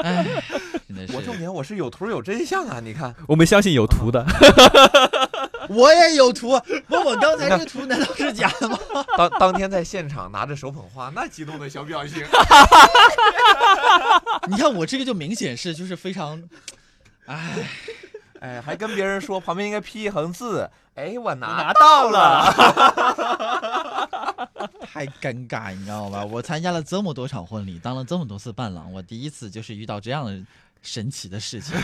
Speaker 1: 哎，真的是
Speaker 2: [LAUGHS] 我证明我是有图有真相啊！你看，
Speaker 3: 我们相信有图的。
Speaker 2: 哦
Speaker 1: 我也有图，问我刚才这个图难道是假的吗？ [LAUGHS]
Speaker 2: 当当天在现场拿着手捧花，那激动的小表 [LAUGHS] 情，
Speaker 1: 你看我这个就明显是就是非常，哎，
Speaker 2: 哎，还跟别人说旁边应该批一横字，哎，我拿
Speaker 3: 拿到
Speaker 2: 了，
Speaker 1: 太尴尬，你知道吗？ [LAUGHS] 我参加了这么多场婚礼，当了这么多次伴郎，我第一次就是遇到这样的神奇的事情。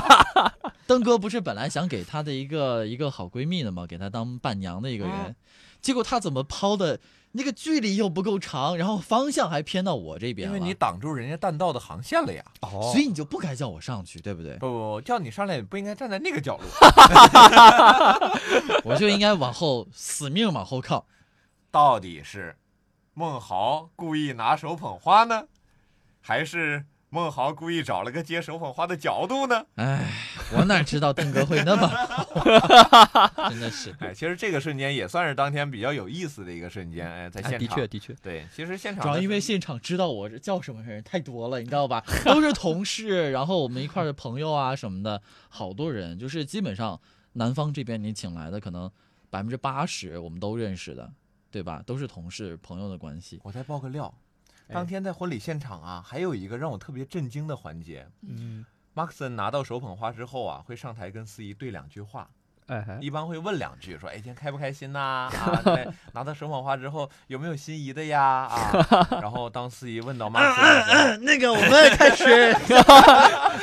Speaker 1: [LAUGHS] 登哥不是本来想给他的一个一个好闺蜜的吗？给她当伴娘的一个人，
Speaker 2: 嗯
Speaker 1: 结果他怎么抛的？那个距离又不够长，然后方向还偏到我这边
Speaker 2: 因
Speaker 1: 了，
Speaker 2: 为你挡住人家弹道的航线了呀！
Speaker 3: 哦
Speaker 1: 所以你就不该叫我上去，对不对？
Speaker 2: 不不不，叫你上来，你不应该站在那个 [LAUGHS] 角落，
Speaker 1: [LAUGHS] 我就应该往后死命往后靠。
Speaker 2: 到底是孟豪故意拿手捧花呢，还是孟豪故意找了个接手捧花的角度呢？
Speaker 1: 哎，我哪知道邓哥会那么好， [LAUGHS] 真的是。
Speaker 2: 哎，其实这个瞬间也算是当天比较有意思的一个瞬间。哎，在
Speaker 3: [LAUGHS]
Speaker 2: 现场，
Speaker 3: 哎的确的确，
Speaker 2: 对，其实现场
Speaker 1: 主要
Speaker 2: 的
Speaker 1: 因为现场知道我这叫什么人太多了，你知道吧？都是同事，然后我们一块儿的朋友啊什么的，好多人，就是基本上南方这边你请来的，可能百分之八十我们都认识的，对吧？都是同事朋友的关系。
Speaker 2: 我再爆个料，
Speaker 3: 哎
Speaker 2: 当天在婚礼现场啊，还有一个让我特别震惊的环节
Speaker 3: 嗯，
Speaker 2: ，Maxon 拿到手捧花之后啊，会上台跟司仪对两句话。
Speaker 3: 哎哎，
Speaker 2: 一般会问两句，说哎今天开不开心呐、啊？对， [LAUGHS] 拿到手捧花之后有没有心仪的呀？
Speaker 1: [LAUGHS]
Speaker 2: 啊，然后当司仪问到妈祖的时候，
Speaker 1: 嗯
Speaker 2: [LAUGHS]
Speaker 1: 那个我们开始
Speaker 3: [LAUGHS]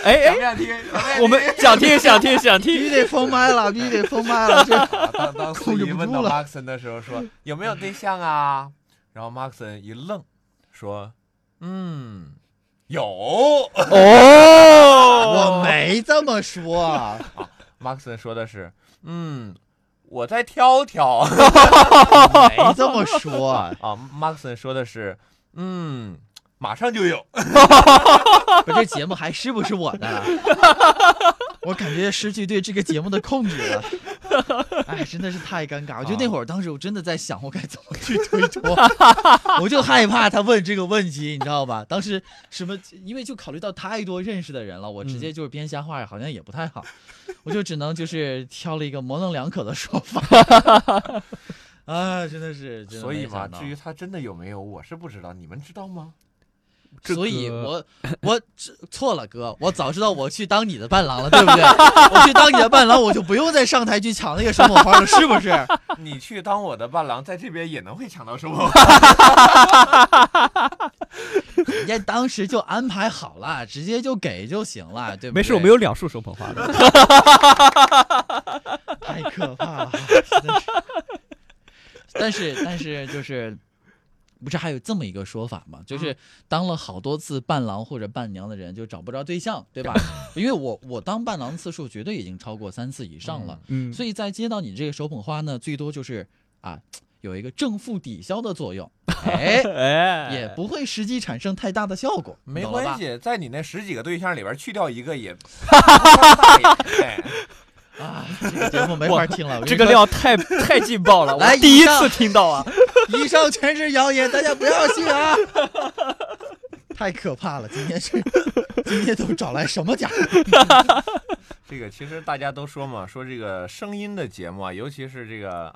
Speaker 3: 哎
Speaker 2: 想
Speaker 3: 哎
Speaker 2: 不，想听？想不想
Speaker 3: 我们
Speaker 2: 听
Speaker 3: 想听想听想
Speaker 1: 必须
Speaker 3: 听，
Speaker 1: 得封麦了，必须得封麦了，这 [LAUGHS]
Speaker 2: 啊当 [LAUGHS] 当司
Speaker 1: 控制
Speaker 2: 仪
Speaker 1: 不
Speaker 2: 问
Speaker 1: 住
Speaker 2: 到
Speaker 1: 了
Speaker 2: 马克森的时候 [LAUGHS] 说有没有对象啊？然后马克森一愣，说嗯有。
Speaker 1: 我
Speaker 3: 哦，
Speaker 1: 没这么说，啊
Speaker 2: 马克森说的是嗯我再挑挑 [LAUGHS]
Speaker 1: 没这么说，
Speaker 2: 啊。马克森说的是嗯马上就有。
Speaker 1: [LAUGHS] 不是这节目还是不是我
Speaker 2: [LAUGHS]
Speaker 1: 的？啊我感觉失去对这个节目的控制了，哎，真的是太尴尬。我就那
Speaker 2: 啊
Speaker 1: 会儿，当时我真的在想，我该怎么去推脱，我就害怕他问这个问题，你知道吧？当时什么，因为就考虑到太多认识的人了，我直接
Speaker 2: 嗯
Speaker 1: 就是编瞎话，好像也不太好，我就只能就是挑了一个模棱两可的说法。
Speaker 2: [LAUGHS]
Speaker 1: 啊，真的是，真的
Speaker 2: 所以
Speaker 1: 没
Speaker 2: 嘛，
Speaker 1: 想到
Speaker 2: 至于他真的有没有，我是不知道，你们知道吗？
Speaker 3: 这
Speaker 1: 所以
Speaker 3: 个
Speaker 1: 我我知错了，哥，我早知道我去当你的伴郎了，对不对？我去当你的伴郎，我就不用再上台去抢那个手捧花了，是不 [LAUGHS] 是？
Speaker 2: 你去当我的伴郎，在这边也能会抢到手捧花。
Speaker 1: 人家当时就安排好了，直接就给就行了，对不对？
Speaker 3: 没事，我们有两束手捧
Speaker 2: [LAUGHS]
Speaker 3: 花的，
Speaker 1: 太可怕了，真的是。但是但是就是，不是还有这么一个说法吗？
Speaker 3: 嗯
Speaker 1: 就是当了好多次伴郎或者伴娘的人就找不着对象，对
Speaker 3: [LAUGHS]
Speaker 1: 吧？因为我我当伴郎次数绝对已经超过三次以上了。
Speaker 3: 嗯，
Speaker 1: 所以在接到你这个手捧花呢，最多就是啊，有一个正负抵消的作用，哎，
Speaker 3: 哎，
Speaker 1: 也不会实际产生太大的效果，
Speaker 2: [LAUGHS] 没
Speaker 1: 懂了
Speaker 2: 关
Speaker 1: 吧？
Speaker 2: 系，在你那十几个对象里边去掉一个 [LAUGHS] 也，哎
Speaker 1: 啊，这个节目没法听了，我跟你
Speaker 3: 这个
Speaker 1: 说
Speaker 3: 料太太劲爆了，
Speaker 1: 来
Speaker 3: 我第一
Speaker 1: 以上
Speaker 3: 次听到啊，
Speaker 1: 以上全是谣言，大家不要信啊！ [LAUGHS] 太可怕了，今天是今天都找来什么家伙？
Speaker 2: 这个其实大家都说嘛，说这个声音的节目啊，尤其是这个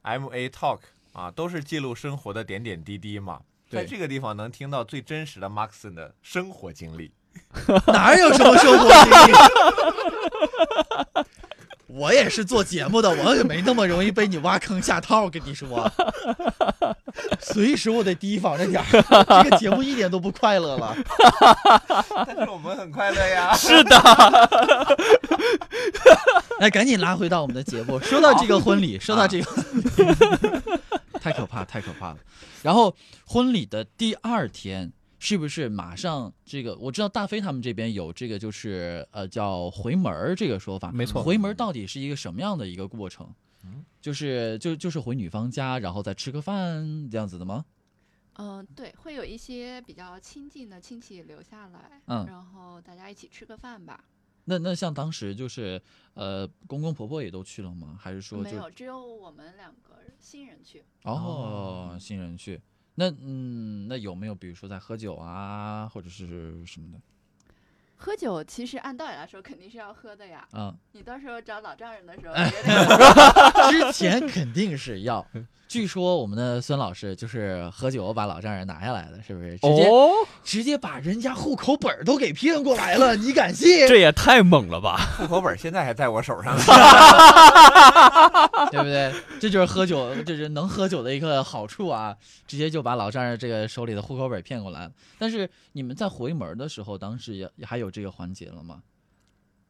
Speaker 2: M A Talk 啊，都是记录生活的点点滴滴嘛。在
Speaker 1: 对
Speaker 2: 这个地方能听到最真实的 Maxon 的生活经历。
Speaker 1: [LAUGHS] 哪有什么生活经历？ [LAUGHS] 我也是做节目的，我也没那么容易被你挖坑下套。我跟你说， [LAUGHS] 随时我得提防着点儿。 [LAUGHS] 这个节目一点都不快乐了。
Speaker 2: 但是我们很快乐呀。
Speaker 1: [LAUGHS] 来，赶紧拉回到我们的节目。说到这个婚礼，说到这个 [LAUGHS] 婚礼，太可怕，太可怕了。然后婚礼的第二天，是不是马上这个？我知道大飞他们这边有这个，就是呃，叫回门儿这个说法。
Speaker 3: 没错嗯
Speaker 1: 回门儿到底是一个什么样的一个过程？就是就就是回女方家，然后再吃个饭这样子的吗？
Speaker 5: 嗯，对，会有一些比较亲近的亲戚留下来，
Speaker 1: 嗯
Speaker 5: 然后大家一起吃个饭吧。
Speaker 1: 那那像当时就是呃，公公婆婆也都去了吗？还是说
Speaker 5: 没
Speaker 1: 就
Speaker 5: 有，只有我们两个人新人去。
Speaker 1: 哦，新人去。那嗯，那有没有比如说在喝酒啊，或者是什么的？
Speaker 5: 喝酒其实按道理来说肯定是要喝的呀，
Speaker 1: 啊、
Speaker 5: 你到时候找老丈人的时候也
Speaker 1: [LAUGHS]
Speaker 5: 得
Speaker 1: 之前肯定是要。 [LAUGHS] 据说我们的孙老师就是喝酒把老丈人拿下来的，是不是？直接、
Speaker 3: 哦，
Speaker 1: 直接把人家户口本儿都给骗过来 [LAUGHS] 了，你敢信？
Speaker 3: 这也太猛了吧！
Speaker 2: [LAUGHS] 户口本现在还在我手上呢。
Speaker 1: 对不对？这就是喝酒，这是能喝酒的一个好处啊！直接就把老丈人这个手里的户口本骗过来了。但是你们在回门的时候，当时也还有这个环节了吗？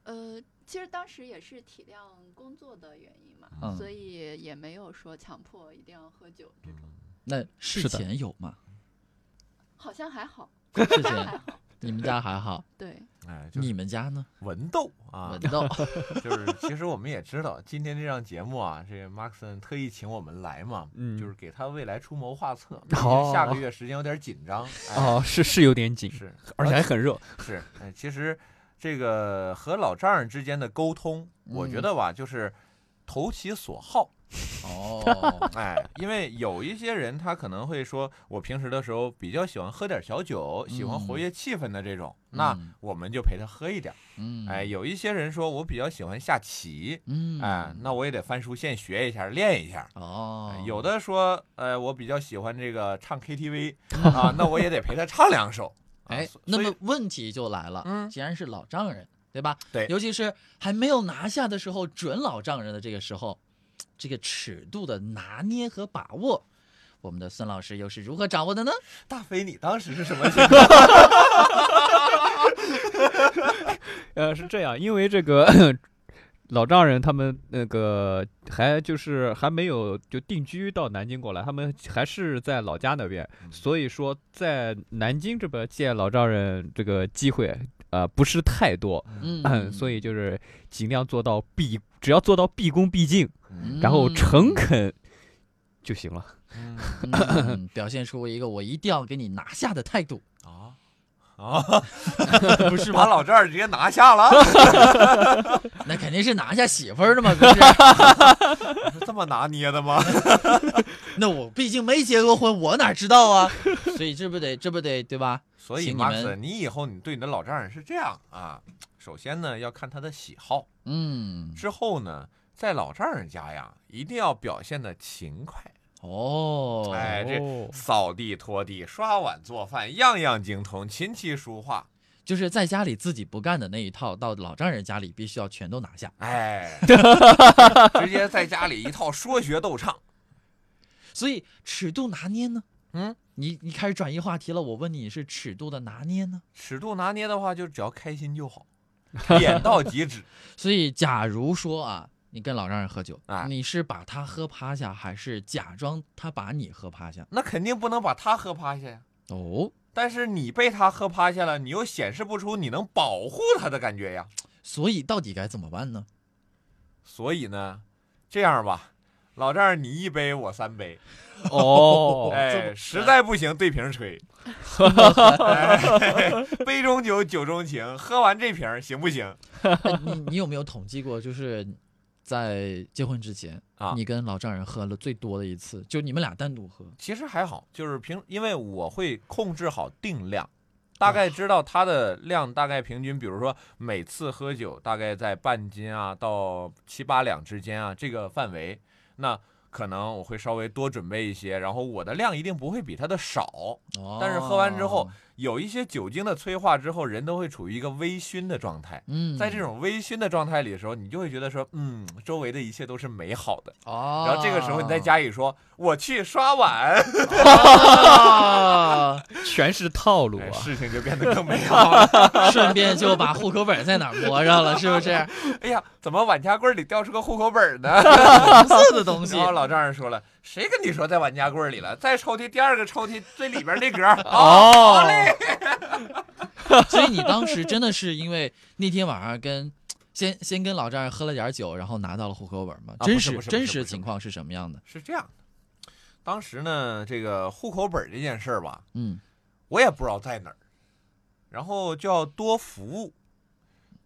Speaker 5: 呃，其实当时也是体谅工作的原因嘛，
Speaker 1: 嗯
Speaker 5: 所以也没有说强迫一定要喝酒这
Speaker 2: 嗯
Speaker 5: 种，
Speaker 1: 那事
Speaker 3: 是的
Speaker 1: 前有 [LAUGHS] 吗？
Speaker 5: 好像还好，
Speaker 1: 事
Speaker 5: 还
Speaker 1: 前
Speaker 5: 好。
Speaker 1: 你们家还好，
Speaker 5: 对，
Speaker 2: 哎，就是
Speaker 1: 你们家呢？
Speaker 2: 文斗啊，
Speaker 1: 文
Speaker 2: [LAUGHS]
Speaker 1: 道
Speaker 2: 就是其实我们也知道，今天这档节目啊，这马克森特意请我们来嘛，
Speaker 3: 嗯
Speaker 2: 就是给他未来出谋划策。
Speaker 3: 哦
Speaker 2: 下个月时间有点紧张，哎、，
Speaker 3: 哦，是是有点紧，
Speaker 2: 是，
Speaker 3: 而且还很热。
Speaker 2: 是，哎，其实这个和老丈人之间的沟通，我觉
Speaker 1: 嗯
Speaker 2: 得吧，就是投其所好，
Speaker 1: 哦，
Speaker 2: 哎，因为有一些人他可能会说，我平时的时候比较喜欢喝点小酒，喜欢活跃气氛的这种， [LAUGHS] 那
Speaker 1: 嗯
Speaker 2: 我们就陪他喝一点儿。
Speaker 1: 嗯，
Speaker 2: 哎，，有一些人说我比较喜欢下棋，
Speaker 1: 嗯，
Speaker 2: 哎，那我也得翻书现学一下，练一下。
Speaker 1: 哦
Speaker 2: 哎，有的说，呃，我比较喜欢这个
Speaker 1: [LAUGHS]
Speaker 2: 唱 KTV 啊，那我也得陪他唱两首。啊
Speaker 1: 哎
Speaker 2: 所，
Speaker 1: 那
Speaker 2: 所以
Speaker 1: 么问题就来了，
Speaker 2: 嗯
Speaker 1: 既然是老丈人，对吧？
Speaker 2: 对
Speaker 1: 尤其是还没有拿下的时候，准老丈人的这个时候，这个尺度的拿捏和把握，我们的孙老师又是如何掌
Speaker 2: [LAUGHS]
Speaker 1: 握的呢？
Speaker 2: 大飞，你当时是什
Speaker 1: [LAUGHS]
Speaker 2: 么情况？
Speaker 3: 呃，是这样，因为这个 [COUGHS] 老丈人他们那个还就是还没有就定居到南京过来，他们还是在老家那边，所以说在南京这边见老丈人这个机会啊、呃不是太多，
Speaker 1: 嗯，
Speaker 3: 所
Speaker 1: 以
Speaker 3: 以就是尽量做到毕，只要做到毕恭毕敬，然后诚恳就行了。
Speaker 2: 嗯
Speaker 1: 嗯，表现出一个我一定要给你拿下的态度， [LAUGHS]
Speaker 2: 啊啊， [LAUGHS]
Speaker 1: 不是
Speaker 2: 把
Speaker 1: 吗？
Speaker 2: 老丈人直接拿下了，
Speaker 1: [LAUGHS] 那肯定是拿下媳妇儿的嘛，不是？
Speaker 2: 是这么拿捏的吗？
Speaker 1: 那我毕竟没结过婚，我哪知道啊？ [LAUGHS] 所以这不得这不得对吧？
Speaker 2: 所以
Speaker 1: 请你
Speaker 2: 马克思，
Speaker 1: 们
Speaker 2: 你以后你对你的老丈人是这样啊，首先呢要看他的喜好，
Speaker 1: 嗯，
Speaker 2: 之后呢在老丈人家呀，一定要表现的勤快，
Speaker 1: 哦，
Speaker 2: 哎，这
Speaker 3: 哦
Speaker 2: 扫地、拖地、刷碗、做饭，样样精通，琴棋书画，
Speaker 1: 就是在家里自己不干的那一套，到老丈人家里必须要全都拿下。 [LAUGHS]
Speaker 2: 哎，直接在家里一套说学逗唱，
Speaker 1: 所以尺度拿捏呢？
Speaker 2: 嗯，
Speaker 1: 你你开始转移话题了，我问你是尺度的拿捏呢？
Speaker 2: 尺度拿捏的话，就只要开心
Speaker 1: [LAUGHS]
Speaker 2: 就好，点到即止。
Speaker 1: 所以假如说啊，你跟老丈人喝酒，
Speaker 2: 哎
Speaker 1: 你是把他喝趴下，还是假装他把你喝趴下？
Speaker 2: 那肯定不能把他喝趴下呀。
Speaker 1: 哦，
Speaker 2: 但是你被他喝趴下了，你又显示不出你能保护他的感觉呀。
Speaker 1: 所以到底该怎么办呢？
Speaker 2: 所以呢，这样吧，老丈人你一杯我三杯，
Speaker 3: 哦
Speaker 2: 哎，实在不行对瓶吹。哎杯中酒，酒中情，喝完这瓶儿行不行？
Speaker 1: 哎你你有没有统计过，就是在结婚之前
Speaker 2: 啊
Speaker 1: 你跟老丈人喝了最多的一次，就你们俩单独喝，
Speaker 2: 其实还好，就是平，因为我会控制好定量，大
Speaker 1: 啊
Speaker 2: 概知道它的量大概平均，比如说每次喝酒大概在半斤啊到七八两之间啊这个范围，那可能我会稍微多准备一些，然后我的量一定不会比他的少。
Speaker 1: 哦
Speaker 2: 但是喝完之后，有一些酒精的催化之后，人都会处于一个微醺的状态。
Speaker 1: 嗯，
Speaker 2: 在这种微醺的状态里的时候，你就会觉得说，嗯，周围的一切都是美好的。
Speaker 1: 哦，
Speaker 2: 然后这个时候你在家里说，我去
Speaker 1: [LAUGHS]
Speaker 2: 刷碗。
Speaker 1: 啊，
Speaker 3: 全是套路
Speaker 2: 哎
Speaker 3: 啊！
Speaker 2: 事情就变得更美好 [LAUGHS]
Speaker 1: [LAUGHS]
Speaker 2: 了。
Speaker 1: 顺便就把户口本在哪儿抹上了，是不是？
Speaker 2: 哎呀，怎么碗夹柜里掉出个户口本 [LAUGHS] 呢？
Speaker 1: 红色的东
Speaker 2: [LAUGHS]
Speaker 1: 西
Speaker 2: 然，后老丈人说了，谁跟你说在碗夹柜里了？在抽屉第二个抽屉最里边那格 [LAUGHS] 儿。好
Speaker 3: 哦，
Speaker 1: 所以你当时真的是因为那天晚上跟先先跟老丈人喝了点酒，然后拿到了户口本吗？
Speaker 2: 啊
Speaker 1: 真
Speaker 2: 不是
Speaker 1: 实
Speaker 2: 不是不是
Speaker 1: 真
Speaker 2: 不是
Speaker 1: 实
Speaker 2: 不是
Speaker 1: 情况是什么样的？
Speaker 2: 是这样的，当时呢，这个户口本这件事儿吧，
Speaker 1: 嗯，
Speaker 2: 我也不知道在哪儿，然后就要多服务，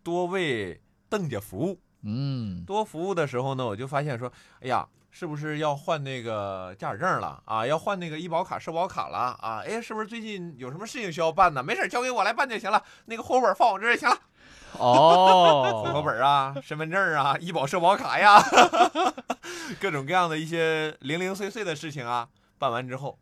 Speaker 2: 多为邓家服务。
Speaker 1: 嗯，
Speaker 2: 多服务的时候呢，我就发现说，哎呀，是不是要换那个驾驶证了啊？要换那个医保卡、社保卡了啊？哎，是不是最近有什么事情需要办呢？没事儿，交给我来办就行了。那个户口本放我这儿就行了， [LAUGHS]
Speaker 3: 哦，
Speaker 2: 户口本啊、身份证啊、医保、社保卡呀， [LAUGHS] 各种各样的一些零零碎碎的事情啊，办完之后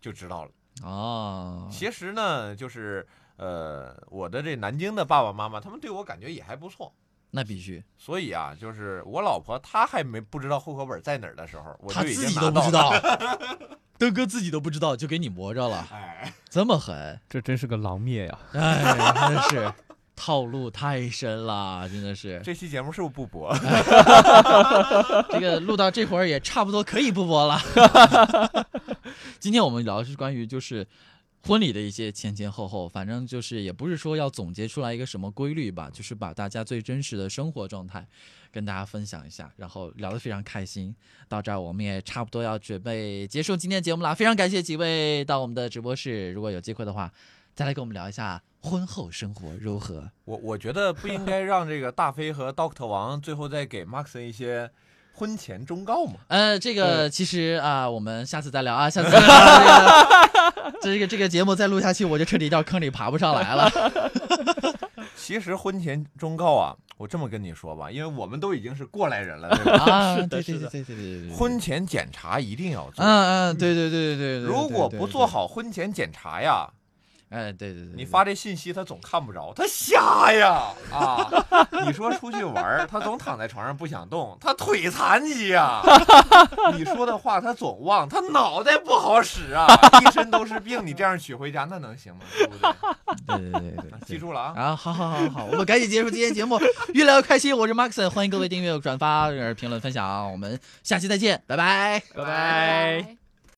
Speaker 2: 就知道了。
Speaker 1: 哦，
Speaker 2: 其实呢，就是呃，我的这南京的爸爸妈妈，他们对我感觉也还不错。
Speaker 1: 那必须，
Speaker 2: 所以啊，就是我老婆她还没不知道户口本在哪儿的时候，我
Speaker 1: 他
Speaker 2: 就已
Speaker 1: 自
Speaker 2: 经
Speaker 1: 己
Speaker 2: 拿
Speaker 1: 都不
Speaker 2: 到
Speaker 1: 知
Speaker 2: 了。
Speaker 1: 道，
Speaker 2: [LAUGHS]
Speaker 1: 登哥自己都不知道就给你磨着了，
Speaker 2: 哎，
Speaker 1: 这么狠，
Speaker 3: 这真是个狼灭呀！
Speaker 1: 哎，真的是套路太深了，真的是。
Speaker 2: 这期节目是不是不播？ [LAUGHS]
Speaker 1: 这个录到这会儿也差不多可以不播了。今天我们聊的是关于就是婚礼的一些前前后后，反正就是也不是说要总结出来一个什么规律吧，就是把大家最真实的生活状态跟大家分享一下，然后聊得非常开心。到这儿我们也差不多要准备结束今天节目了，非常感谢几位到我们的直播室，如果有机会的话，再来跟我们聊一下婚后生活如何。
Speaker 2: 我我觉得不应该让这个大飞和 Doctor 王最后再给 Maxon 一些婚前忠告嘛？
Speaker 1: 呃，这个其实啊、我们下次再聊啊， [LAUGHS] 下次再聊这个这个这个节目再录下去，我就彻底掉坑里爬不上来
Speaker 3: [LAUGHS]
Speaker 1: 了。
Speaker 2: 其实婚前忠告啊，我这么跟你说吧，因为我们都已经是过来人了，对
Speaker 1: [LAUGHS]
Speaker 2: 吧？
Speaker 1: 啊，
Speaker 3: 是的
Speaker 1: 对对
Speaker 3: 是
Speaker 1: 对
Speaker 3: 的
Speaker 1: 对对对对，
Speaker 2: 婚前检查一定要做
Speaker 1: 嗯，嗯，对对对对对对，
Speaker 2: 如果
Speaker 1: 对
Speaker 2: 不做，好婚前检查呀，
Speaker 1: 哎，对对对，
Speaker 2: 你
Speaker 1: 对
Speaker 2: 发这信息他总看不着，他瞎呀啊！你说出去玩儿，他总躺在床上不想动，他腿残疾呀、 [LAUGHS] 你说的话他总忘，他脑袋不好使啊，一身都是病。你这样娶回家那能行吗？对不对？
Speaker 1: 对对对对对，对
Speaker 2: [LAUGHS] 记住了啊！
Speaker 1: 啊，好好好好，我们赶紧结束今天节目， [LAUGHS] 越来越开心。我是 Maxon，欢迎各位订阅、转发、呃评论、分享，我们下期再见，拜拜。
Speaker 3: 拜
Speaker 5: 拜。